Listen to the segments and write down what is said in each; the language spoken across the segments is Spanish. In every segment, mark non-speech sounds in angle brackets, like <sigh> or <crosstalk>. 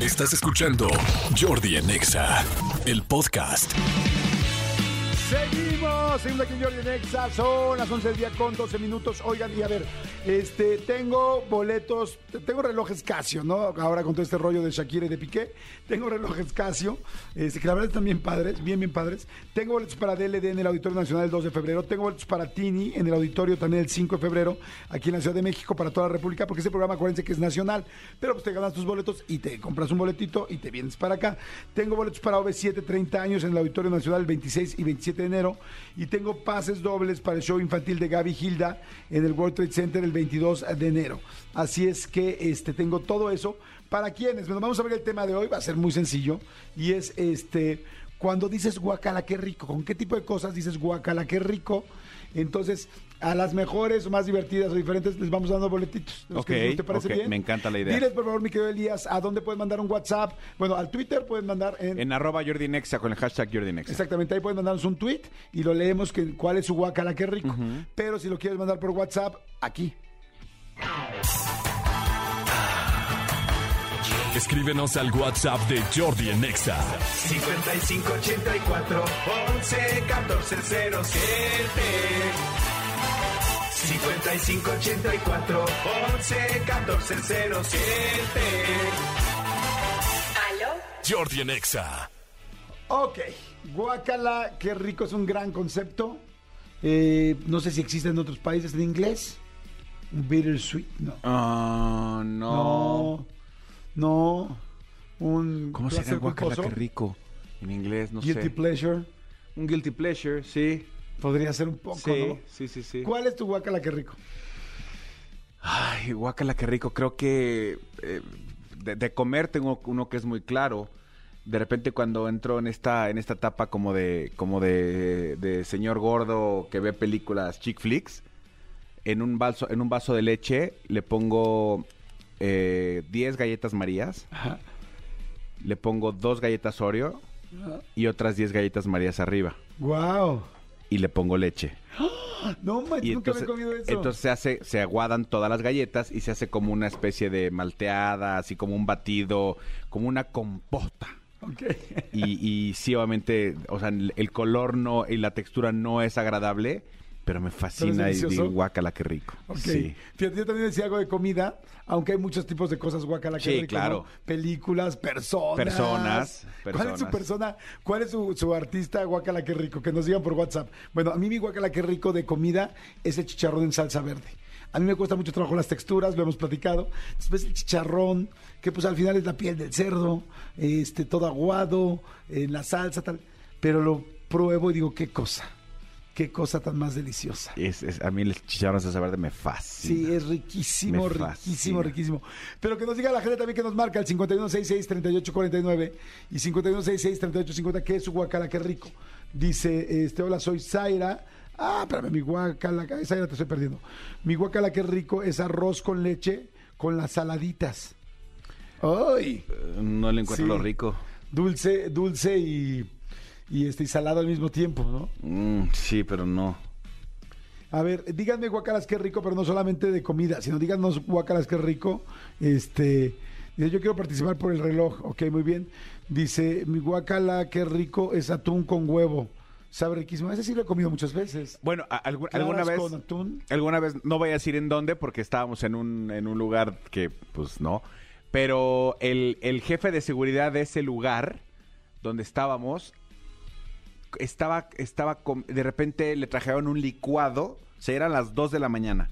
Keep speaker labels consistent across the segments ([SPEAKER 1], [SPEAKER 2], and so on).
[SPEAKER 1] Estás escuchando Jordi en Exa, el podcast.
[SPEAKER 2] Seguimos, seguimos aquí en Jordi Nexa, son las 11 del día con 12 minutos. Oigan, y a ver, este, tengo boletos, tengo relojes Casio, ¿no? Ahora con todo este rollo de Shakira y de Piqué, tengo relojes Casio, este, que la verdad están bien padres, bien, bien padres. Tengo boletos para DLD en el Auditorio Nacional el 2 de febrero, tengo boletos para Tini en el Auditorio también el 5 de febrero, aquí en la Ciudad de México, para toda la República, porque este programa, acuérdense que es nacional, pero pues te ganas tus boletos y te compras un boletito y te vienes para acá. Tengo boletos para OV7, 30 años en el Auditorio Nacional el 26 y 27 de enero y tengo pases dobles para el show infantil de Gaby Hilda en el World Trade Center el 22 de enero. Así es que este tengo todo eso para quienes. Bueno, vamos a ver el tema de hoy, va a ser muy sencillo y es este cuando dices guacala qué rico, ¿con qué tipo de cosas dices guacala qué rico? Entonces, a las mejores o más divertidas o diferentes les vamos dando boletitos. de los que
[SPEAKER 3] Ok,
[SPEAKER 2] nos- ¿Te parece
[SPEAKER 3] ok,
[SPEAKER 2] bien?
[SPEAKER 3] me encanta la idea.
[SPEAKER 2] Diles, por favor, mi querido Elías, a dónde pueden mandar un WhatsApp. Bueno, al Twitter pueden mandar
[SPEAKER 3] En arroba Jordi Nexa con el hashtag Jordi Nexa.
[SPEAKER 2] Exactamente, ahí pueden mandarnos un tweet y lo leemos que, cuál es su guacala, qué rico. Pero si lo quieres mandar por WhatsApp, aquí.
[SPEAKER 1] Escríbenos al WhatsApp de Jordi en Exa.
[SPEAKER 4] 5584 11 14 07 5584 11 14 07
[SPEAKER 1] Jordi en Exa.
[SPEAKER 2] Ok, guacala, qué rico es un gran concepto. Eh, no sé si existe en otros países en inglés. Un bittersweet, no.
[SPEAKER 3] Ah,
[SPEAKER 2] No.
[SPEAKER 3] no.
[SPEAKER 2] No. Un
[SPEAKER 3] ¿Cómo será
[SPEAKER 2] placer
[SPEAKER 3] el guacala
[SPEAKER 2] culposo.
[SPEAKER 3] qué rico? En inglés, no
[SPEAKER 2] Guilty
[SPEAKER 3] sé.
[SPEAKER 2] pleasure.
[SPEAKER 3] Un guilty pleasure, sí.
[SPEAKER 2] Podría ser un poco,
[SPEAKER 3] sí,
[SPEAKER 2] ¿no?
[SPEAKER 3] sí, sí, sí.
[SPEAKER 2] ¿Cuál es tu guacala, qué rico?
[SPEAKER 3] Ay, guacala qué rico. Creo que eh, de, de comer tengo uno que es muy claro. De repente cuando entro en esta en esta etapa como de como de, de señor gordo que ve películas chick flicks, en un vaso en un vaso de leche le pongo eh, 10 galletas Marías. Le pongo dos galletas Oreo y otras 10 galletas Marías arriba
[SPEAKER 2] Wow.
[SPEAKER 3] y le pongo leche.
[SPEAKER 2] No, manches, <laughs>
[SPEAKER 3] Y
[SPEAKER 2] nunca
[SPEAKER 3] entonces,
[SPEAKER 2] me he comido eso.
[SPEAKER 3] entonces se hace, se aguadan todas las galletas y se hace como una especie de malteada, así como un batido, como una compota.
[SPEAKER 2] Ok.
[SPEAKER 3] Y, y sí, obviamente, o sea, el el color no y la textura no es agradable, pero me fascina y
[SPEAKER 2] delicioso.
[SPEAKER 3] digo, guácala, qué rico.
[SPEAKER 2] Ok.
[SPEAKER 3] Sí.
[SPEAKER 2] Fíjate, yo también decía algo de comida, aunque hay muchos tipos de cosas guacala que
[SPEAKER 3] Sí,
[SPEAKER 2] rico,
[SPEAKER 3] claro.
[SPEAKER 2] ¿no? Películas, personas.
[SPEAKER 3] Personas,
[SPEAKER 2] ¿Cuál es su
[SPEAKER 3] personas.
[SPEAKER 2] persona? ¿Cuál es su, su artista guacala que rico? Que nos digan por WhatsApp. Bueno, a mí mi guacala que rico de comida es el chicharrón en salsa verde. A mí me cuesta mucho trabajo las texturas, lo hemos platicado. Después el chicharrón, que pues al final es la piel del cerdo, este todo aguado, en la salsa, tal. Pero lo pruebo y digo, qué cosa, qué cosa tan más deliciosa.
[SPEAKER 3] Es, es- a mí el chicharrón de salsa verde me fascina.
[SPEAKER 2] Sí, es riquísimo,
[SPEAKER 3] Me
[SPEAKER 2] riquísimo,
[SPEAKER 3] fascina.
[SPEAKER 2] riquísimo. Pero que nos diga la gente también que nos marca el 5166-3849 y 5166-3850, que es su guacala, qué rico. Dice, este, hola, soy Zaira. Ah, espérame, mi guacala, ay, Zaira, te estoy perdiendo. Mi guacala, qué rico, es arroz con leche con las saladitas. ¡Ay!
[SPEAKER 3] No le encuentro
[SPEAKER 2] Sí.
[SPEAKER 3] lo rico.
[SPEAKER 2] Dulce, dulce y, y, este, y salado al mismo tiempo, ¿no?
[SPEAKER 3] Mm, sí, pero no.
[SPEAKER 2] A ver, díganme guacaras qué rico, pero no solamente de comida, sino díganos guacaras qué rico. Este, dice, yo quiero participar por el reloj. Ok, muy bien. Dice, mi guacala qué rico es atún con huevo. Sabe riquísimo. Ese sí lo he comido muchas veces.
[SPEAKER 3] Bueno, a- algu-
[SPEAKER 2] Claras
[SPEAKER 3] alguna vez.
[SPEAKER 2] con atún.
[SPEAKER 3] Alguna vez, no voy a decir en dónde, porque estábamos en un, en un lugar que, pues no. Pero el, el jefe de seguridad de ese lugar donde estábamos estaba, estaba com- de repente le trajeron un licuado, o sea, eran las 2 de la mañana,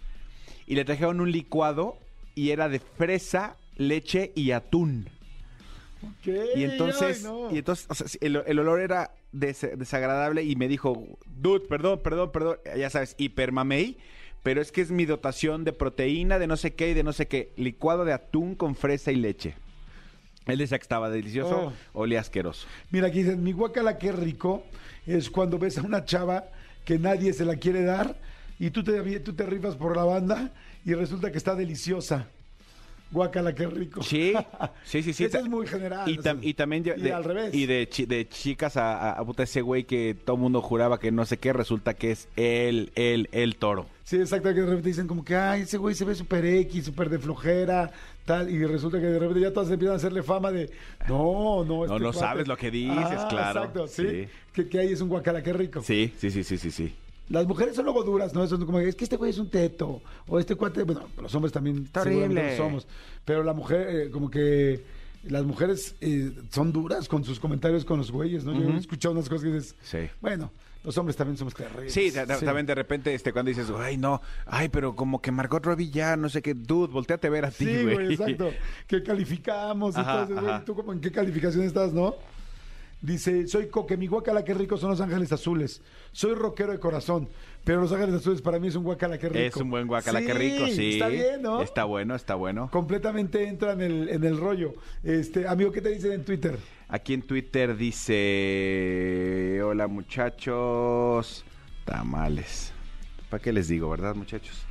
[SPEAKER 3] y le trajeron un licuado y era de fresa, leche y atún. Y entonces, y entonces o sea, sí, el, el olor era des- desagradable y me dijo, dude, perdón, perdón, perdón, ya sabes, hipermamey, pero es que es mi dotación de proteína, de no sé qué y de no sé qué, licuado de atún con fresa y leche. Él decía que estaba delicioso,
[SPEAKER 2] Oh.
[SPEAKER 3] olía asqueroso.
[SPEAKER 2] Mira, aquí dicen, mi guacala qué rico es cuando ves a una chava que nadie se la quiere dar y tú te, tú te rifas por la banda y resulta que está deliciosa. Guacala qué rico.
[SPEAKER 3] Sí,
[SPEAKER 2] <laughs>
[SPEAKER 3] sí, sí, sí.
[SPEAKER 2] Eso es muy general,
[SPEAKER 3] Y, tam-
[SPEAKER 2] o sea,
[SPEAKER 3] y también yo-
[SPEAKER 2] y
[SPEAKER 3] de,
[SPEAKER 2] al revés.
[SPEAKER 3] Y de, chi- de chicas a, a- a puta, ese güey que todo mundo juraba que no sé qué, resulta que es el, el, el toro.
[SPEAKER 2] Sí, exacto, que de repente dicen como que, ay, ese güey se ve súper X, súper de flojera, tal, y resulta que de repente ya todas empiezan a hacerle fama de, no, no.
[SPEAKER 3] No, no sabes lo que dices, claro,
[SPEAKER 2] Exacto, sí.
[SPEAKER 3] sí.
[SPEAKER 2] Que, que ahí es un guacala, qué rico.
[SPEAKER 3] Sí, sí, sí, sí, sí, sí.
[SPEAKER 2] Las mujeres son luego duras, ¿no? Eso es como, es que este güey es un teto, o este cuate, bueno, los hombres también
[SPEAKER 3] Está
[SPEAKER 2] seguramente
[SPEAKER 3] horrible.
[SPEAKER 2] lo somos, pero la mujer, eh, como que las mujeres eh, son duras con sus comentarios con los güeyes, ¿no? Yo he escuchado unas cosas que dices,
[SPEAKER 3] Sí.
[SPEAKER 2] bueno, los hombres también somos terribles.
[SPEAKER 3] Sí, ta- ta- también de repente este, cuando dices, ay, no, ay, pero como que Margot Robbie ya, no sé qué, dude, volteate a ver a ti,
[SPEAKER 2] Sí,
[SPEAKER 3] güey.
[SPEAKER 2] güey, exacto. Que calificamos.
[SPEAKER 3] Ajá,
[SPEAKER 2] entonces, güey,
[SPEAKER 3] ajá.
[SPEAKER 2] ¿tú como en qué calificación estás, no? Dice, soy coque, mi guacala qué rico son los ángeles azules. Soy rockero de corazón, pero los ángeles azules para mí es un guacala qué rico.
[SPEAKER 3] <laughs> Es un buen guacala, qué rico, sí.
[SPEAKER 2] Está bien, ¿no?
[SPEAKER 3] Está bueno, está bueno.
[SPEAKER 2] Completamente entra en el, en el rollo. Este, amigo, ¿qué te dicen en Twitter?
[SPEAKER 3] Aquí en Twitter dice, hola muchachos, tamales. ¿Para qué les digo, verdad, muchachos?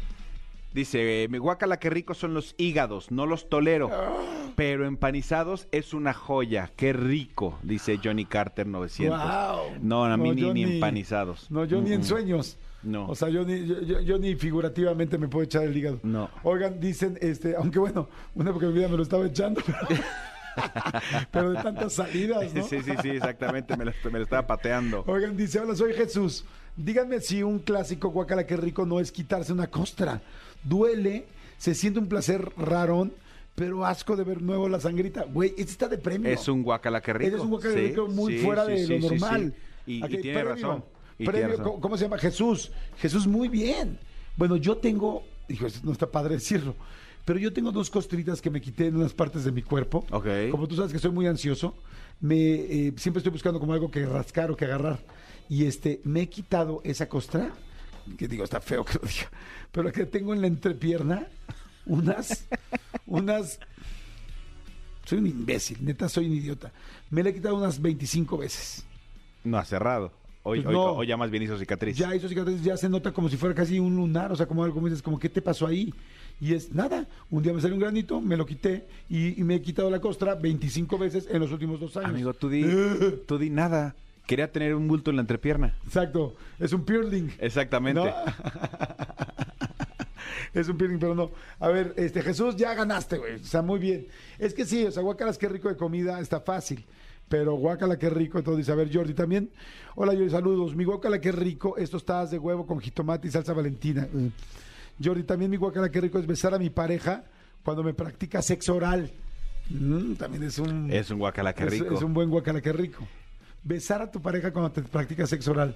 [SPEAKER 3] Dice, mi guacala, qué rico son los hígados, no los tolero,
[SPEAKER 2] Ah.
[SPEAKER 3] pero empanizados es una joya, qué rico, dice Johnny Carter 900.
[SPEAKER 2] ¡Guau!
[SPEAKER 3] No, a mí ni-
[SPEAKER 2] yo
[SPEAKER 3] ni, empanizados.
[SPEAKER 2] No, yo ni en
[SPEAKER 3] Mm-mm. <laughs>
[SPEAKER 2] sueños.
[SPEAKER 3] No.
[SPEAKER 2] O sea, yo ni, yo, yo- yo ni figurativamente me puedo echar el hígado.
[SPEAKER 3] No.
[SPEAKER 2] Oigan, dicen, este, aunque bueno, una porque mi vida me lo estaba echando,
[SPEAKER 3] <laughs>
[SPEAKER 2] pero, pero de tantas salidas, ¿no?
[SPEAKER 3] Sí, sí, sí, exactamente, me lo, me lo estaba
[SPEAKER 2] <laughs>
[SPEAKER 3] pateando.
[SPEAKER 2] Oigan, dice, hola, soy Jesús. Díganme si un clásico guacala que rico no es quitarse una costra. Duele, se siente un placer rarón, pero asco de ver nuevo la sangrita. Güey, este está de premio.
[SPEAKER 3] Es un guacala que rico.
[SPEAKER 2] Eres un guacamole
[SPEAKER 3] Sí,
[SPEAKER 2] rico muy
[SPEAKER 3] sí,
[SPEAKER 2] fuera
[SPEAKER 3] sí,
[SPEAKER 2] de
[SPEAKER 3] sí, sí,
[SPEAKER 2] lo
[SPEAKER 3] sí.
[SPEAKER 2] normal.
[SPEAKER 3] Y, y
[SPEAKER 2] Ok,
[SPEAKER 3] tiene
[SPEAKER 2] premio.
[SPEAKER 3] razón. y
[SPEAKER 2] Premio,
[SPEAKER 3] tiene razón.
[SPEAKER 2] ¿cómo- ¿cómo se llama? Jesús. Jesús, muy bien. Bueno, yo tengo, dijo, esto no está padre decirlo, pero yo tengo dos costritas que me quité en unas partes de mi cuerpo.
[SPEAKER 3] Ok.
[SPEAKER 2] Como tú sabes que soy muy ansioso, me, eh, siempre estoy buscando como algo que rascar o que agarrar. Y este, me he quitado esa costra, que digo, está feo que lo diga, pero que tengo en la entrepierna unas, unas soy un imbécil, neta, soy un idiota. Me la he quitado unas 25 veces.
[SPEAKER 3] No ha cerrado. Hoy,
[SPEAKER 2] Pues
[SPEAKER 3] hoy-
[SPEAKER 2] no.
[SPEAKER 3] hoy ya más bien hizo cicatriz.
[SPEAKER 2] Ya hizo cicatrices, ya se nota como si fuera casi un lunar, o sea, como algo como dices, como, ¿qué te pasó ahí? Y es nada. Un día me salió un granito, me lo quité y, y me he quitado la costra 25 veces en los últimos dos años. <gasps>
[SPEAKER 3] Amigo, tú di,
[SPEAKER 2] Eh,
[SPEAKER 3] tú di nada. Quería tener un bulto en la entrepierna.
[SPEAKER 2] <laughs> Exacto, es un peerling.
[SPEAKER 3] Exactamente.
[SPEAKER 2] <laughs> Es un peeling, pero no. A ver, este Jesús, ya ganaste, güey. O sea, muy bien. Es que sí, o sea, guacalas, qué rico de comida, está fácil. Pero guacala, qué rico. Entonces dice, a ver, Jordi también. Hola, Jordi, saludos. Mi guacala, qué rico. Es tostadas de huevo con jitomate y salsa valentina. Mm. Jordi, también mi guacala, qué rico es besar a mi pareja cuando me practica sexo oral. Mm, también es un.
[SPEAKER 3] Es un guacala que
[SPEAKER 2] es-
[SPEAKER 3] rico.
[SPEAKER 2] es un buen guacala, qué rico. Besar a tu pareja cuando te practica sexo oral.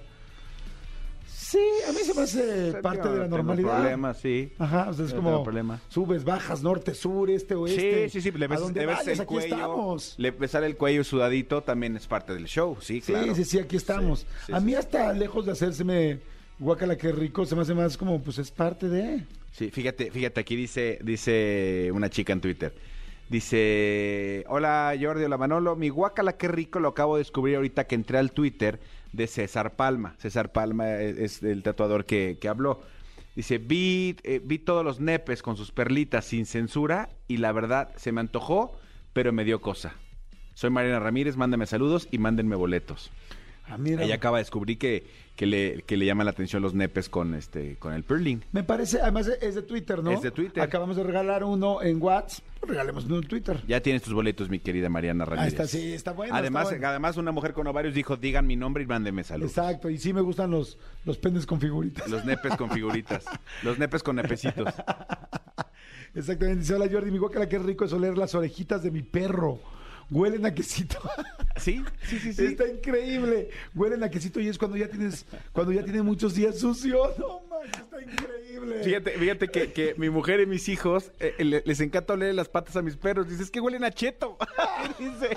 [SPEAKER 2] Sí, a mí se me hace parte de la normalidad.
[SPEAKER 3] problema, sí.
[SPEAKER 2] Ajá, o sea, es
[SPEAKER 3] No
[SPEAKER 2] como
[SPEAKER 3] tengo problema.
[SPEAKER 2] subes, bajas, norte, sur, este, oeste.
[SPEAKER 3] Sí, sí, sí. Le,
[SPEAKER 2] a
[SPEAKER 3] bes-
[SPEAKER 2] donde
[SPEAKER 3] le besas
[SPEAKER 2] vayas,
[SPEAKER 3] el
[SPEAKER 2] aquí
[SPEAKER 3] cuello.
[SPEAKER 2] estamos.
[SPEAKER 3] Le besar el cuello sudadito también es parte del show, sí,
[SPEAKER 2] Sí,
[SPEAKER 3] claro.
[SPEAKER 2] sí, sí, aquí estamos.
[SPEAKER 3] Sí, sí,
[SPEAKER 2] a
[SPEAKER 3] sí.
[SPEAKER 2] mí hasta lejos de hacérseme guacala que rico, se me hace más como, pues es parte de...
[SPEAKER 3] Sí, fíjate, fíjate, aquí dice, dice una chica en Twitter. Dice, hola Jordi, hola Manolo, mi guacala, qué rico, lo acabo de descubrir ahorita que entré al Twitter de César Palma. César Palma es, es el tatuador que, que habló. Dice, vi, eh, vi todos los nepes con sus perlitas sin censura y la verdad se me antojó, pero me dio cosa. Soy Mariana Ramírez, mándame saludos y mándenme boletos.
[SPEAKER 2] Ah, mira.
[SPEAKER 3] Ella acaba de descubrir que, que le, que le llaman la atención los nepes con, este, con el perling.
[SPEAKER 2] Me parece, además es de Twitter, ¿no?
[SPEAKER 3] Es de Twitter.
[SPEAKER 2] Acabamos de regalar uno en WhatsApp, regalemos uno en Twitter.
[SPEAKER 3] Ya tienes tus boletos, mi querida Mariana Ramírez.
[SPEAKER 2] Ahí está, sí, está bueno.
[SPEAKER 3] además,
[SPEAKER 2] está bueno.
[SPEAKER 3] además, una mujer con ovarios dijo, digan mi nombre y mándenme saludos.
[SPEAKER 2] Exacto, y sí me gustan los, los pendes con figuritas.
[SPEAKER 3] Los nepes con figuritas. los nepes con nepecitos.
[SPEAKER 2] Exactamente, dice, hola Jordi, mi guacala que rico es oler las orejitas de mi perro. Huelen a quesito.
[SPEAKER 3] ¿Sí? Sí, <laughs> sí, sí.
[SPEAKER 2] Está increíble. Huelen a quesito y es cuando ya tienes, cuando ya tienes muchos días sucio. <laughs> No manches, está increíble.
[SPEAKER 3] Fíjate, fíjate que, que mi mujer y mis hijos eh, le- les encanta oler las patas a mis perros. Dices que huelen a cheto. <laughs> Dice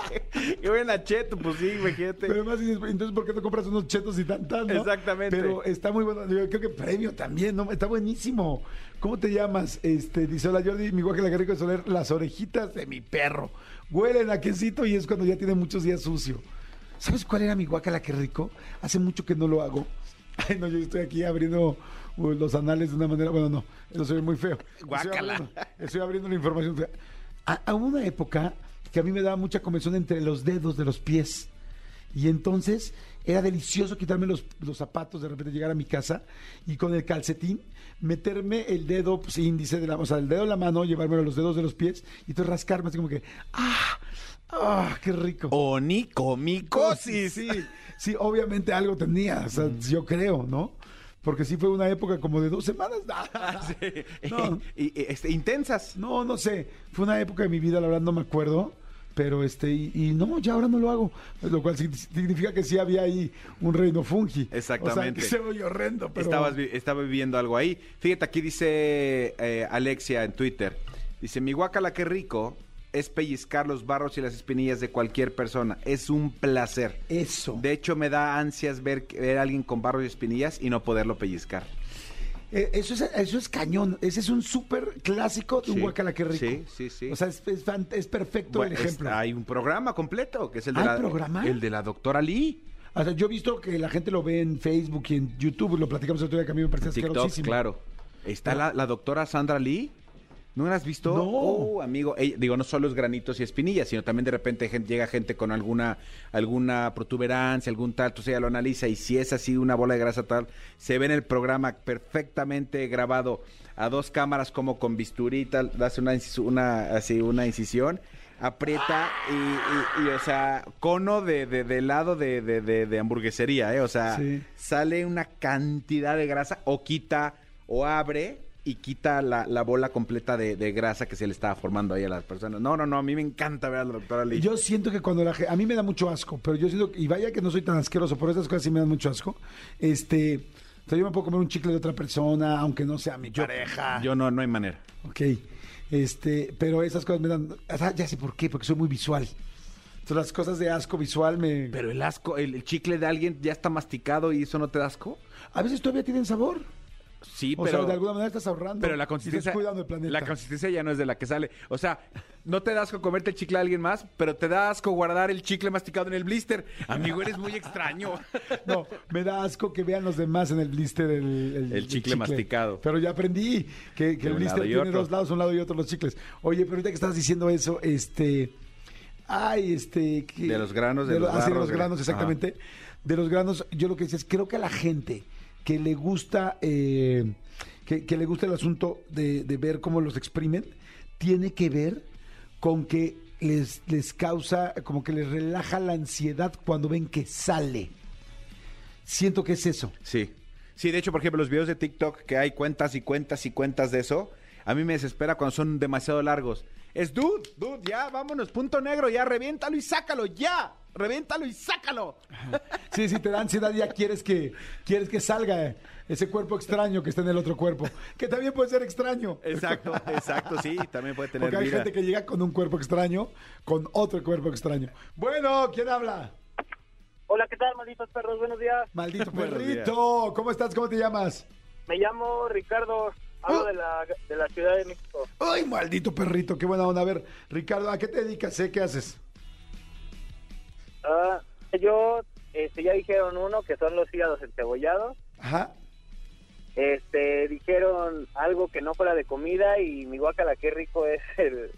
[SPEAKER 3] que huelen a cheto. Pues sí, imagínate.
[SPEAKER 2] Pero además dices, entonces, ¿por qué no compras unos chetos y tantas? no?
[SPEAKER 3] Exactamente.
[SPEAKER 2] Pero está muy bueno. Yo creo que premio también, ¿no? Está buenísimo. ¿Cómo te llamas? Este, dice, hola Jordi, mi guacala que rico es oler las orejitas de mi perro. Huelen a quesito y es cuando ya tiene muchos días sucio. ¿Sabes cuál era mi guacala que rico? Hace mucho que no lo hago. <laughs> Ay, no, yo estoy aquí abriendo uh, los anales de una manera. Bueno, no, eso se ve muy feo.
[SPEAKER 3] Guácala.
[SPEAKER 2] Estoy abriendo, estoy abriendo la información. A, a una época que a mí me daba mucha comezón entre los dedos de los pies. Y entonces era delicioso quitarme los, los zapatos, de repente llegar a mi casa y con el calcetín meterme el dedo pues, índice, de la, o sea, el dedo de la mano, llevármelo a los dedos de los pies y entonces rascarme así como que, ¡ah! ¡Ah! ¡Qué rico!
[SPEAKER 3] Onicomicosis.
[SPEAKER 2] Sí, sí, obviamente algo tenía, o sea, yo creo, ¿no? Porque sí fue una época como de dos semanas. <laughs> No.
[SPEAKER 3] Y- y, este, intensas.
[SPEAKER 2] No, no sé. Fue una época de mi vida, la verdad no me acuerdo. Pero este, y, y no, ya ahora no lo hago. Lo cual sig- significa que sí había ahí un reino fungi.
[SPEAKER 3] Exactamente.
[SPEAKER 2] O sea, que se oye horrendo, pero.
[SPEAKER 3] Estabas, vi- estaba viviendo algo ahí. Fíjate, aquí dice eh, Alexia en Twitter. Dice, mi guacala, qué rico es pellizcar los barros y las espinillas de cualquier persona. Es un placer.
[SPEAKER 2] Eso.
[SPEAKER 3] De hecho, me da ansias ver, ver a alguien con barros y espinillas y no poderlo pellizcar.
[SPEAKER 2] Eh, Eso es, eso es cañón. Ese es un súper clásico de un
[SPEAKER 3] Sí,
[SPEAKER 2] guacala que rico.
[SPEAKER 3] sí, sí, sí.
[SPEAKER 2] O sea, es, es fan- es perfecto
[SPEAKER 3] Bueno,
[SPEAKER 2] el
[SPEAKER 3] es-
[SPEAKER 2] ejemplo.
[SPEAKER 3] hay un programa completo, que es el de,
[SPEAKER 2] ¿Hay
[SPEAKER 3] la,
[SPEAKER 2] programa?
[SPEAKER 3] el de la doctora Lee.
[SPEAKER 2] O sea, yo he visto que la gente lo ve en Facebook y en YouTube. Lo platicamos el otro día que a mí me parece
[SPEAKER 3] TikTok,
[SPEAKER 2] asquerosísimo. Ah.
[SPEAKER 3] claro. Está la, la doctora Sandra Lee. ¿No la has visto?
[SPEAKER 2] No.
[SPEAKER 3] Oh, amigo. Ey, digo, no solo es granitos y espinillas, sino también de repente gen- llega gente con alguna, alguna protuberancia, algún tal. Entonces ella lo analiza y si es así una bola de grasa tal, se ve en el programa perfectamente grabado a dos cámaras como con bisturí y tal. Hace una, incis- una, así, una incisión. Aprieta y, y- y, o sea, cono de, de, de helado de, de- de- de hamburguesería, ¿eh? O sea,
[SPEAKER 2] Sí.
[SPEAKER 3] sale una cantidad de grasa o quita o abre y quita la, la bola completa de, de grasa que se le estaba formando ahí a las personas. No, no, no, a mí me encanta ver a la doctora Lee.
[SPEAKER 2] Yo siento que cuando la gente, a mí me da mucho asco, pero yo siento, que- y vaya que no soy tan asqueroso, pero esas cosas sí me dan mucho asco. Este, o sea, yo me puedo comer un chicle de otra persona, aunque no sea mi pareja.
[SPEAKER 3] Yo no, no hay manera.
[SPEAKER 2] Ok, este, pero esas cosas me dan, o sea, ya sé por qué, porque soy muy visual. Entonces las cosas de asco visual me...
[SPEAKER 3] Pero el asco, el, el chicle de alguien ya está masticado y eso no te da asco.
[SPEAKER 2] a veces todavía tienen sabor.
[SPEAKER 3] Sí,
[SPEAKER 2] O
[SPEAKER 3] pero.
[SPEAKER 2] sea, de alguna manera estás ahorrando.
[SPEAKER 3] Pero la
[SPEAKER 2] y
[SPEAKER 3] consistencia,
[SPEAKER 2] Estás cuidando el planeta.
[SPEAKER 3] la consistencia ya no es de la que sale. O sea, no te da asco comerte el chicle a alguien más, pero te da asco guardar el chicle masticado en el blister. Amigo, eres muy <laughs> extraño.
[SPEAKER 2] No, me da asco que vean los demás en el blister el,
[SPEAKER 3] El chicle masticado.
[SPEAKER 2] Pero ya aprendí que, que
[SPEAKER 3] De
[SPEAKER 2] el
[SPEAKER 3] un
[SPEAKER 2] blister
[SPEAKER 3] lado y
[SPEAKER 2] tiene
[SPEAKER 3] otro.
[SPEAKER 2] dos lados, un lado y otro los chicles. Oye, pero ahorita que estás diciendo eso, este... Ay, este... que-
[SPEAKER 3] De los granos, de los
[SPEAKER 2] ah, sí,
[SPEAKER 3] barros,
[SPEAKER 2] los
[SPEAKER 3] de-
[SPEAKER 2] granos, exactamente. De los granos, yo lo que decía es, creo que a la gente que le gusta, eh, que, que le gusta el asunto de, de ver cómo los exprimen, tiene que ver con que les, les causa, como que les relaja la ansiedad cuando ven que sale. Siento que es eso.
[SPEAKER 3] Sí. Sí, de hecho, por ejemplo, los videos de TikTok que hay cuentas y cuentas y cuentas de eso, a mí me desespera cuando son demasiado largos. Es dude, dude, ya, vámonos, punto negro, ya, reviéntalo y sácalo, ya, reviéntalo y sácalo.
[SPEAKER 2] <laughs> Sí, sí, te da ansiedad ya quieres que, quieres que salga eh, ese cuerpo extraño que está en el otro cuerpo, que también puede ser extraño.
[SPEAKER 3] Exacto, exacto, sí, también puede tener
[SPEAKER 2] Porque hay
[SPEAKER 3] vida.
[SPEAKER 2] gente que llega con un cuerpo extraño, con otro cuerpo extraño. Bueno, ¿quién habla?
[SPEAKER 5] Hola, ¿qué tal, malditos perros? Buenos días.
[SPEAKER 2] Maldito
[SPEAKER 3] <laughs> Buenos
[SPEAKER 2] perrito. ¿Cómo estás? ¿Cómo te llamas?
[SPEAKER 5] Me llamo Ricardo, hablo de, la, de la Ciudad de México.
[SPEAKER 2] Ay, maldito perrito, qué buena onda. A ver, Ricardo, ¿a qué te dedicas? eh? ¿Qué haces?
[SPEAKER 5] Ah, yo, este, ya dijeron uno que son los hígados encebollados.
[SPEAKER 2] Ajá. <laughs>
[SPEAKER 5] Este, dijeron algo que no fuera de comida y mi guacala, qué rico es el,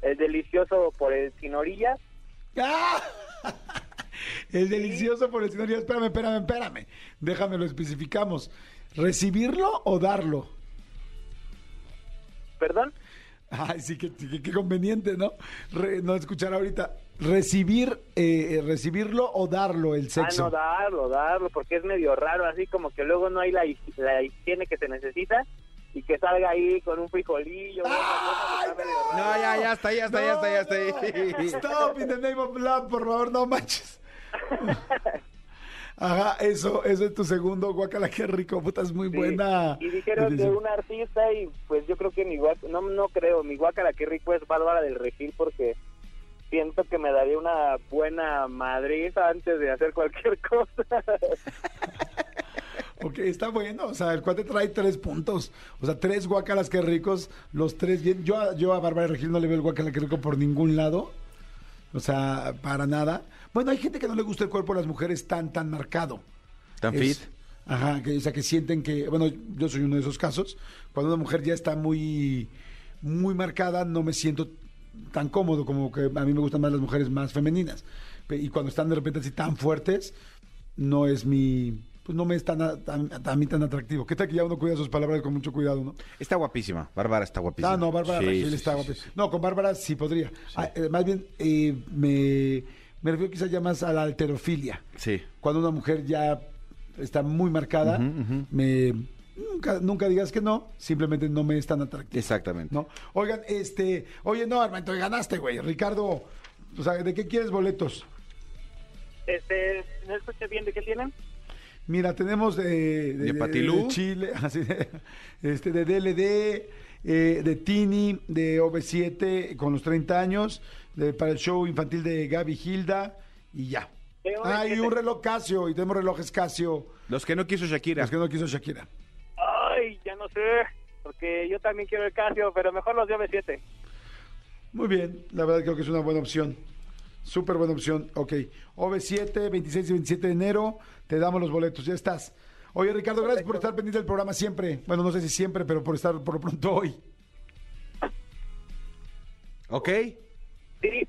[SPEAKER 5] el delicioso por el sin orillas.
[SPEAKER 2] ¡Ah! Es delicioso por el señor. Ya, Espérame, espérame, espérame. Déjame lo especificamos. ¿Recibirlo o darlo? <laughs>
[SPEAKER 5] ¿Perdón? Ah,
[SPEAKER 2] Ay, sí, qué, qué- qué conveniente, ¿no? Re- no escuchar ahorita. Recibir, eh, eh, recibirlo o darlo el sexo.
[SPEAKER 5] Ah, no, darlo, darlo, porque es medio raro, así como que luego no hay la, hi- la higiene que se necesita y que salga ahí con un frijolillo. una cosa
[SPEAKER 2] ¡Ay,
[SPEAKER 5] que está medio raro.
[SPEAKER 3] No, ya, ya, hasta ahí, hasta ahí, hasta ahí, hasta ahí.
[SPEAKER 2] No, no. Stop in the name of love, por favor, no manches. Ajá, eso, eso es tu segundo, guacala, qué rico, puta, es muy
[SPEAKER 5] Sí,
[SPEAKER 2] buena.
[SPEAKER 5] Y dijeron de
[SPEAKER 2] Delicioso.
[SPEAKER 5] un artista y pues yo creo que mi guac- no, no creo, mi guácara que rico es Bárbara del Regil porque siento que me daría una buena madriza antes de hacer cualquier <laughs> cosa.
[SPEAKER 2] Ok, está bueno, o sea, el cuate trae tres puntos, o sea, tres guacalas, qué ricos, los tres bien. Yo, a- yo a Bárbara Regil no le veo el guacala, qué rico por ningún lado, o sea, para nada. Bueno, hay gente que no le gusta el cuerpo de las mujeres tan, tan marcado.
[SPEAKER 3] Tan
[SPEAKER 2] Es-
[SPEAKER 3] fit.
[SPEAKER 2] Ajá, que, o sea, que sienten que, bueno, yo soy uno de esos casos, cuando una mujer ya está muy, muy marcada, no me siento tan cómodo como que a mí me gustan más las mujeres más femeninas. Pe- Y cuando están de repente así tan fuertes, no es mi... Pues no me es tan, a, tan- a mí tan atractivo. ¿Qué tal que ya uno cuida sus palabras con mucho cuidado, no?
[SPEAKER 6] Está guapísima. Bárbara está guapísima.
[SPEAKER 2] Ah, no, Bárbara
[SPEAKER 6] Sí,
[SPEAKER 2] Regil
[SPEAKER 6] sí,
[SPEAKER 2] está
[SPEAKER 6] sí,
[SPEAKER 2] guapa.
[SPEAKER 6] sí, sí.
[SPEAKER 2] No, con Bárbara sí podría. Ah, eh, más bien, eh, me, me refiero quizás ya más a la alterofilia.
[SPEAKER 6] Sí.
[SPEAKER 2] Cuando una mujer ya está muy marcada, me nunca, nunca digas que no, simplemente no me es tan atractiva.
[SPEAKER 6] Exactamente.
[SPEAKER 2] ¿no? Oigan, este, oye, no, Armando, ganaste, güey. Ricardo, o sea, ¿de qué quieres boletos?
[SPEAKER 5] Este, no escuché bien de qué tienen.
[SPEAKER 2] Mira, tenemos de,
[SPEAKER 6] ¿De Patilú?
[SPEAKER 2] de Chile, <laughs> así de, este, de DLD, eh, de Tini, de OV7 con los 30 años, de- para el show infantil de Gaby Hilda y ya.
[SPEAKER 5] De OV7.
[SPEAKER 2] Ah, y un reloj Casio, y tenemos relojes Casio,
[SPEAKER 6] Los que no quiso Shakira.
[SPEAKER 2] los que no quiso Shakira.
[SPEAKER 5] Ay, ya no sé. Porque yo también quiero el Casio, pero mejor los de 7
[SPEAKER 2] Muy bien, la verdad creo que es una buena opción. Súper buena opción, ok. OV7, 26 y 27 de enero, te damos los boletos, ya estás. Oye, Ricardo, gracias por estar pendiente del programa siempre. Bueno, no sé si siempre, pero por estar por lo pronto hoy.
[SPEAKER 6] Ok.
[SPEAKER 5] Sí,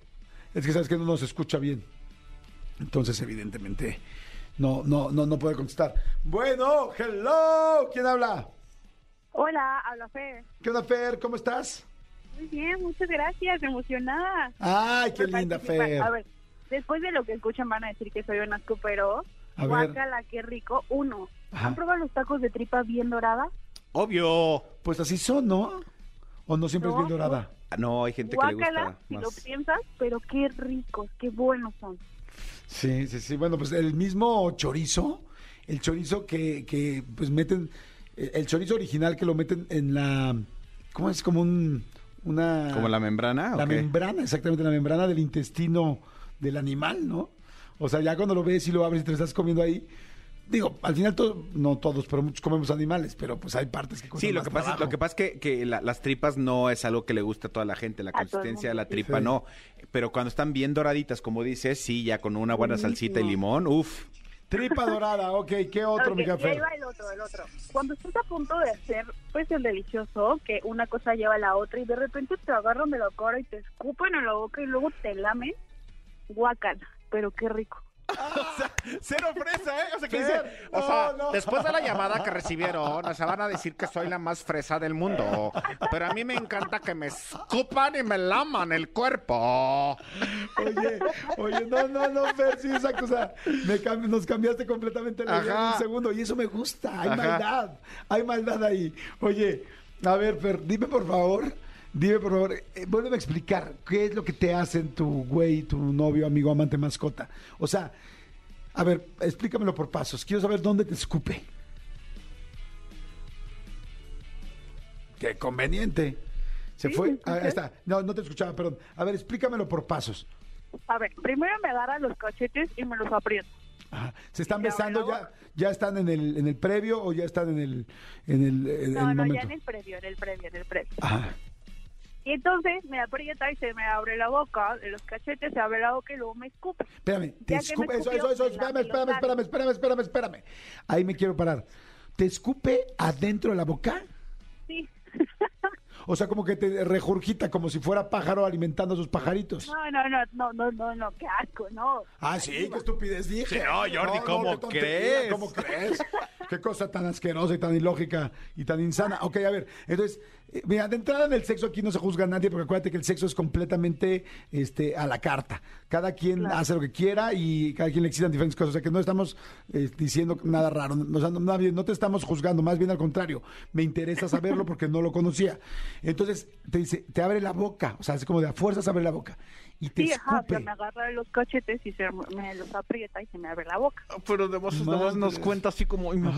[SPEAKER 2] Es que sabes que no nos escucha bien. Entonces, evidentemente, no, no, no, no puede contestar. Bueno, hello, ¿quién habla?
[SPEAKER 7] Hola, habla Fe.
[SPEAKER 2] ¿Qué onda, Fer? ¿Cómo estás?
[SPEAKER 7] Muy bien, muchas gracias, emocionada.
[SPEAKER 2] Ay, qué
[SPEAKER 7] Por
[SPEAKER 2] linda,
[SPEAKER 7] participar.
[SPEAKER 2] Fer.
[SPEAKER 7] A ver, después de lo que escuchan van a decir que soy un asco, pero
[SPEAKER 2] A ver.
[SPEAKER 7] guácala, qué rico. Uno,
[SPEAKER 2] Ajá.
[SPEAKER 7] ¿han probado los tacos de tripa bien dorada?
[SPEAKER 6] Obvio.
[SPEAKER 2] Pues así son, ¿no? ¿O no siempre es
[SPEAKER 7] No,
[SPEAKER 2] bien dorada?
[SPEAKER 6] Ah, No, hay gente que le
[SPEAKER 7] Guácala,
[SPEAKER 6] gusta
[SPEAKER 7] si lo
[SPEAKER 6] más.
[SPEAKER 7] piensas, pero qué ricos, qué buenos son.
[SPEAKER 2] Sí, sí, sí. Bueno, pues el mismo chorizo, el chorizo que, que pues meten, eh, el chorizo original que lo meten en la, ¿cómo es? Como un, una...
[SPEAKER 6] ¿Como la membrana?
[SPEAKER 2] La
[SPEAKER 6] ok.
[SPEAKER 2] membrana, exactamente, la membrana del intestino del animal, ¿no? O sea, ya cuando lo ves y lo abres y te lo estás comiendo ahí, digo, al final todo, no todos, pero muchos comemos animales, pero pues hay partes que cuestan
[SPEAKER 6] Sí, lo
[SPEAKER 2] más
[SPEAKER 6] que, pasa,
[SPEAKER 2] trabajo.
[SPEAKER 6] lo que pasa es que, que la- las tripas no es algo que le gusta a toda la gente, la
[SPEAKER 7] A todo el
[SPEAKER 6] consistencia de la
[SPEAKER 7] mundo, sí.
[SPEAKER 6] tripa
[SPEAKER 2] Sí.
[SPEAKER 6] no. Pero cuando están bien doraditas, como dices, sí, ya con una buena salsita y limón, uff.
[SPEAKER 2] Tripa dorada, ok, ¿qué otro,
[SPEAKER 7] Ok,
[SPEAKER 2] mi
[SPEAKER 7] y ahí
[SPEAKER 2] café?
[SPEAKER 7] va el otro, el otro. Cuando estás a punto de hacer, pues, el delicioso, que una cosa lleva a la otra y de repente te agarran de la cara y te escupen en la boca y luego te lamen, guacala, pero qué rico.
[SPEAKER 6] Cero fresa, ¿eh? O sea,
[SPEAKER 2] que dice, Fer, o sea, no, no. después
[SPEAKER 6] de la llamada que recibieron, o sea, van a decir que soy la más fresa del mundo. Pero a mí me encanta que me escupan y me laman el cuerpo.
[SPEAKER 2] Oye, oye, no, no, no, Fer, sí, exacto, o sea, me cambi- nos cambiaste completamente la idea en
[SPEAKER 6] Ajá.
[SPEAKER 2] un segundo y eso me gusta, hay
[SPEAKER 6] Ajá.
[SPEAKER 2] maldad, hay maldad ahí. Oye, a ver, Fer, dime por favor, dime por favor, eh, vuélveme a explicar, ¿qué es lo que te hacen tu güey, tu novio, amigo, amante, mascota? O sea, a ver, explícamelo por pasos, quiero saber dónde te escupe. Qué conveniente. Se
[SPEAKER 7] Sí,
[SPEAKER 2] fue.
[SPEAKER 7] sí, sí,
[SPEAKER 2] Ah,
[SPEAKER 7] sí.
[SPEAKER 2] está. No, no te escuchaba, perdón. A ver, explícamelo por pasos.
[SPEAKER 7] A ver, primero me agarran los cachetes y me los aprieto.
[SPEAKER 2] Ajá. ¿Se están
[SPEAKER 7] Ya,
[SPEAKER 2] besando?
[SPEAKER 7] bueno.
[SPEAKER 2] ¿Ya, ya están en el, en el previo o ya están en el, en el, en
[SPEAKER 7] No,
[SPEAKER 2] el
[SPEAKER 7] no, ya
[SPEAKER 2] momento?
[SPEAKER 7] en el previo, en el previo, en el previo.
[SPEAKER 2] Ajá.
[SPEAKER 7] Y entonces me aprieta y se me abre la boca, de los cachetes se abre la boca y luego me escupe.
[SPEAKER 2] Espérame, te
[SPEAKER 7] Ya que
[SPEAKER 2] escupe.
[SPEAKER 7] me
[SPEAKER 2] Eso,
[SPEAKER 7] escupió,
[SPEAKER 2] eso, eso.
[SPEAKER 7] me
[SPEAKER 2] Espérame,
[SPEAKER 7] lame
[SPEAKER 2] espérame,
[SPEAKER 7] los
[SPEAKER 2] espérame, espérame, espérame, espérame. Ahí me quiero parar. ¿Te escupe adentro de la boca?
[SPEAKER 7] Sí.
[SPEAKER 2] O sea, como que te rejurgita, como si fuera pájaro alimentando a sus pajaritos.
[SPEAKER 7] No, no, no, no, no, no, no, qué asco, no.
[SPEAKER 2] Ah, sí, qué estupidez
[SPEAKER 6] Sí,
[SPEAKER 2] dije.
[SPEAKER 6] no, Jordi, ¿cómo
[SPEAKER 2] qué tontería,
[SPEAKER 6] crees?
[SPEAKER 2] ¿Cómo crees? Qué cosa tan asquerosa y tan ilógica y tan insana. Ok, a ver, entonces, eh, mira, de entrada en el sexo aquí no se juzga a nadie, porque acuérdate que el sexo es completamente este, a la carta. Cada quien hace lo que quiera y cada quien le excitan diferentes cosas. O sea, que no estamos eh, diciendo nada raro. O sea, no, más bien, no te estamos juzgando, más bien al contrario. Me interesa saberlo porque no lo conocía. Entonces, te dice, te abre la boca. O sea, es como de a fuerzas abre la boca. Y te
[SPEAKER 7] Sí, ajá,
[SPEAKER 2] escupe.
[SPEAKER 7] pero me agarra de los cachetes y se me los aprieta y se me abre la boca.
[SPEAKER 6] Pero de voces
[SPEAKER 2] nada más nos cuenta
[SPEAKER 6] así como, y
[SPEAKER 2] Ajá.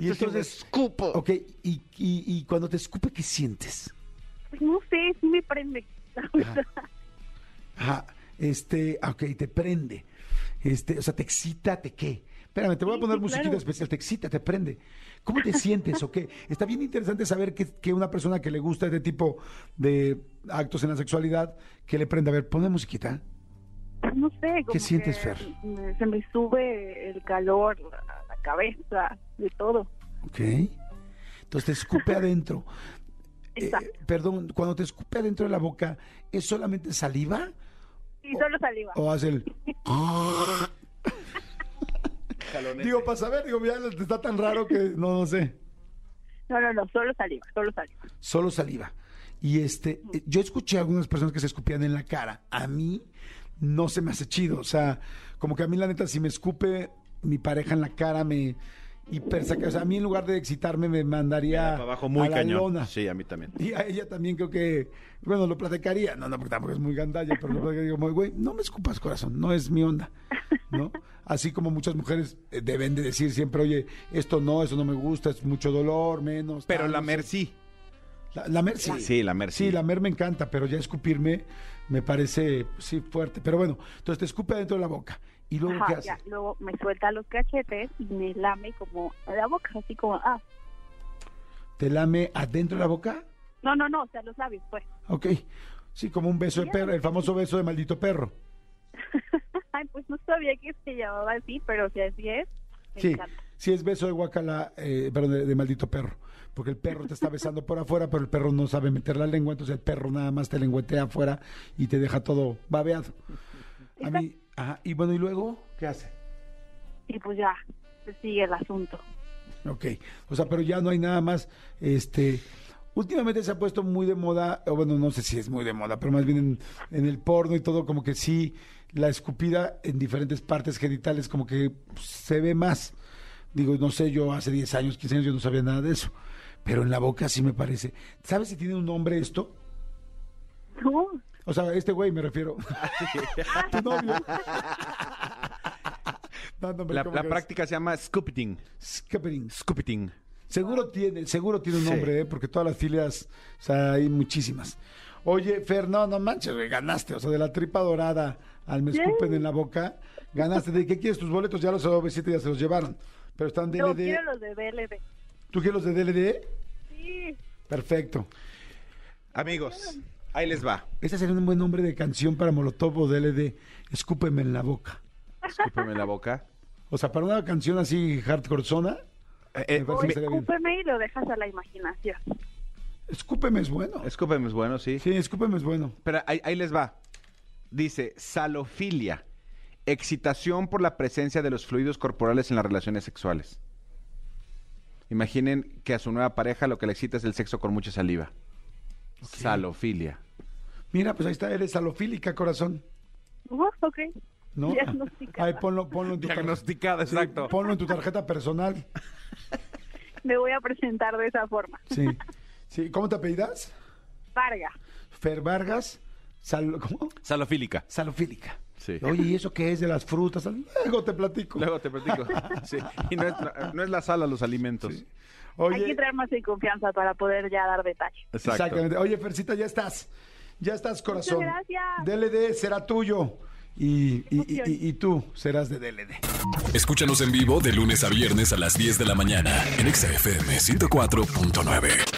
[SPEAKER 2] Y entonces- Ok, y, y, y cuando te escupe, ¿qué sientes?
[SPEAKER 7] Pues no sé, sí me prende. la verdad.
[SPEAKER 2] Ajá, este, ok, te prende. Este, o sea, te excita, ¿te qué? Espérame, te voy a
[SPEAKER 7] Sí,
[SPEAKER 2] poner
[SPEAKER 7] sí,
[SPEAKER 2] musiquita
[SPEAKER 7] claro.
[SPEAKER 2] especial, te excita, te prende. ¿Cómo te sientes o qué? Está bien interesante saber que, que una persona que le gusta este tipo de actos en la sexualidad, que le prende. A ver, ponme musiquita.
[SPEAKER 7] Pues no sé. como
[SPEAKER 2] sientes,
[SPEAKER 7] que
[SPEAKER 2] Fer?
[SPEAKER 7] me- se me sube el calor, la, la cabeza, de todo. <laughs>
[SPEAKER 2] Ok. Entonces te escupe adentro. Eh,
[SPEAKER 7] Exacto.
[SPEAKER 2] perdón, cuando te escupe adentro de la boca, ¿es solamente saliva
[SPEAKER 7] Y
[SPEAKER 2] Oh.
[SPEAKER 7] solo saliva.
[SPEAKER 2] o hace el... digo, para saber, digo, ya está tan raro que no, no sé.
[SPEAKER 7] No, no, no, solo saliva, solo saliva.
[SPEAKER 2] solo saliva. Y este, eh, yo escuché a algunas personas que se escupían en la cara. A mí no se me hace chido. O sea, como que a mí la neta, si me escupe mi pareja en la cara, me hiper saca- O sea, a mí en lugar de excitarme, me mandaría
[SPEAKER 8] Para abajo muy
[SPEAKER 2] a la
[SPEAKER 8] cañón.
[SPEAKER 2] lona.
[SPEAKER 8] Sí, a mí también.
[SPEAKER 2] Y a ella también creo que, bueno, lo platicaría. No, no, porque tampoco es muy gandalla, pero
[SPEAKER 7] <laughs>
[SPEAKER 2] lo platicaría como, güey, no me escupas corazón, no es mi onda, ¿no? Así como muchas mujeres eh, deben de decir siempre, oye, esto no, eso no me gusta, es mucho dolor, menos.
[SPEAKER 3] Pero
[SPEAKER 2] tal,
[SPEAKER 3] la
[SPEAKER 2] Ah, no sé.
[SPEAKER 3] merci.
[SPEAKER 2] La, la mer sí.
[SPEAKER 8] Sí, la mer sí.
[SPEAKER 2] Sí, la mer me encanta, pero ya escupirme me parece, sí, fuerte. Pero bueno, entonces te escupe adentro de la boca. ¿Y luego qué
[SPEAKER 7] Ajá,
[SPEAKER 2] hace?
[SPEAKER 7] ya. Luego me suelta los cachetes y me lame como la boca, así como, ah,
[SPEAKER 2] ¿Te lame adentro de la boca?
[SPEAKER 7] no, no, no, o sea, los labios, pues. <laughs>
[SPEAKER 2] Ok. Sí, como un beso de
[SPEAKER 7] Ya.
[SPEAKER 2] perro, el famoso beso de maldito perro.
[SPEAKER 7] Ay, pues no sabía que se llamaba así, pero si así es, me
[SPEAKER 2] Sí,
[SPEAKER 7] encanta.
[SPEAKER 2] sí es beso de guacala, eh, perdón, de, de maldito perro. Porque el perro te está besando por afuera, pero el perro no sabe meter la lengua, entonces el perro nada más te lengüetea afuera y te deja todo babeado. A mí, ajá, y bueno, ¿y luego qué hace?
[SPEAKER 7] Y pues ya, se sigue el asunto. <laughs>
[SPEAKER 2] Ok, o sea, pero ya no hay nada más, este, últimamente se ha puesto muy de moda, o bueno, no sé si es muy de moda, pero más bien en, en el porno y todo, como que sí, la escupida en diferentes partes genitales como que se ve más. Digo, no sé, yo hace 10 años, 15 años yo no sabía nada de eso, pero en la boca sí me parece. ¿Sabes si tiene un nombre esto?
[SPEAKER 7] No, ah,
[SPEAKER 2] O sea, este güey me refiero. <laughs> tu
[SPEAKER 7] <laughs>
[SPEAKER 3] <laughs>
[SPEAKER 2] novio. No, no, hombre,
[SPEAKER 3] La,
[SPEAKER 2] ¿cómo
[SPEAKER 3] la
[SPEAKER 2] crees?
[SPEAKER 3] práctica se llama scooping.
[SPEAKER 2] Skippering.
[SPEAKER 3] Scooping.
[SPEAKER 2] Seguro tiene, seguro tiene un
[SPEAKER 3] Sí.
[SPEAKER 2] nombre, ¿eh? porque todas las filias, o sea, hay muchísimas. Oye, Fer, no, no manches, güey, ganaste, o sea, de la tripa dorada al me escupen en la boca, ganaste. ¿De qué quieres tus boletos? Ya los OV7 ya se los llevaron, pero están
[SPEAKER 7] no,
[SPEAKER 2] DLD.
[SPEAKER 7] quiero los de BLB.
[SPEAKER 2] ¿Tú quieres los de DLD?
[SPEAKER 7] Sí,
[SPEAKER 2] Perfecto.
[SPEAKER 3] Amigos, ahí les va.
[SPEAKER 2] Ese sería un buen nombre de canción para Molotov o DLD, escúpeme en la boca.
[SPEAKER 3] Escúpeme la boca.
[SPEAKER 2] O sea, para una canción así hardcore zona,
[SPEAKER 3] Eh, eh,
[SPEAKER 2] me
[SPEAKER 7] o
[SPEAKER 2] parece que estaría bien.
[SPEAKER 7] escúpeme y lo dejas a la imaginación.
[SPEAKER 2] Escúpeme es bueno.
[SPEAKER 3] escúpeme es bueno, sí.
[SPEAKER 2] Sí, escúpeme es bueno.
[SPEAKER 3] Pero ahí, ahí les va. Dice, salofilia. Excitación por la presencia de los fluidos corporales en las relaciones sexuales. Imaginen que a su nueva pareja lo que le excita es el sexo con mucha saliva. Salofilia.
[SPEAKER 2] Mira, pues ahí está, eres alofílica, corazón.
[SPEAKER 7] Uf, ok.
[SPEAKER 2] ¿no?
[SPEAKER 7] Diagnosticada.
[SPEAKER 2] Ay, ponlo, ponlo en tu tarjeta.
[SPEAKER 3] Diagnosticada, exacto.
[SPEAKER 2] Ponlo en tu tarjeta personal.
[SPEAKER 7] Me voy a presentar de esa forma.
[SPEAKER 2] Sí. sí. ¿Cómo te apellidas?
[SPEAKER 7] Varga.
[SPEAKER 2] Fer Vargas, sal- ¿cómo?
[SPEAKER 8] Salofílica.
[SPEAKER 2] Salofílica.
[SPEAKER 8] Sí.
[SPEAKER 2] Oye, ¿y eso qué es de las frutas? Luego te platico.
[SPEAKER 3] Luego te platico. <laughs> Sí. Y no es, la- no es la sal a los alimentos.
[SPEAKER 7] Hay que
[SPEAKER 2] Oye,
[SPEAKER 7] entrar más en confianza para poder ya dar detalles.
[SPEAKER 3] Exacto.
[SPEAKER 2] exactamente. Oye, Fercita, ya estás. Ya estás, corazón.
[SPEAKER 7] Muchas gracias.
[SPEAKER 2] DLD será tuyo. Y, y- y- y- y tú serás de DLD.
[SPEAKER 1] Escúchanos en vivo de lunes a viernes a las 10 de la mañana en Exa FM 104.9.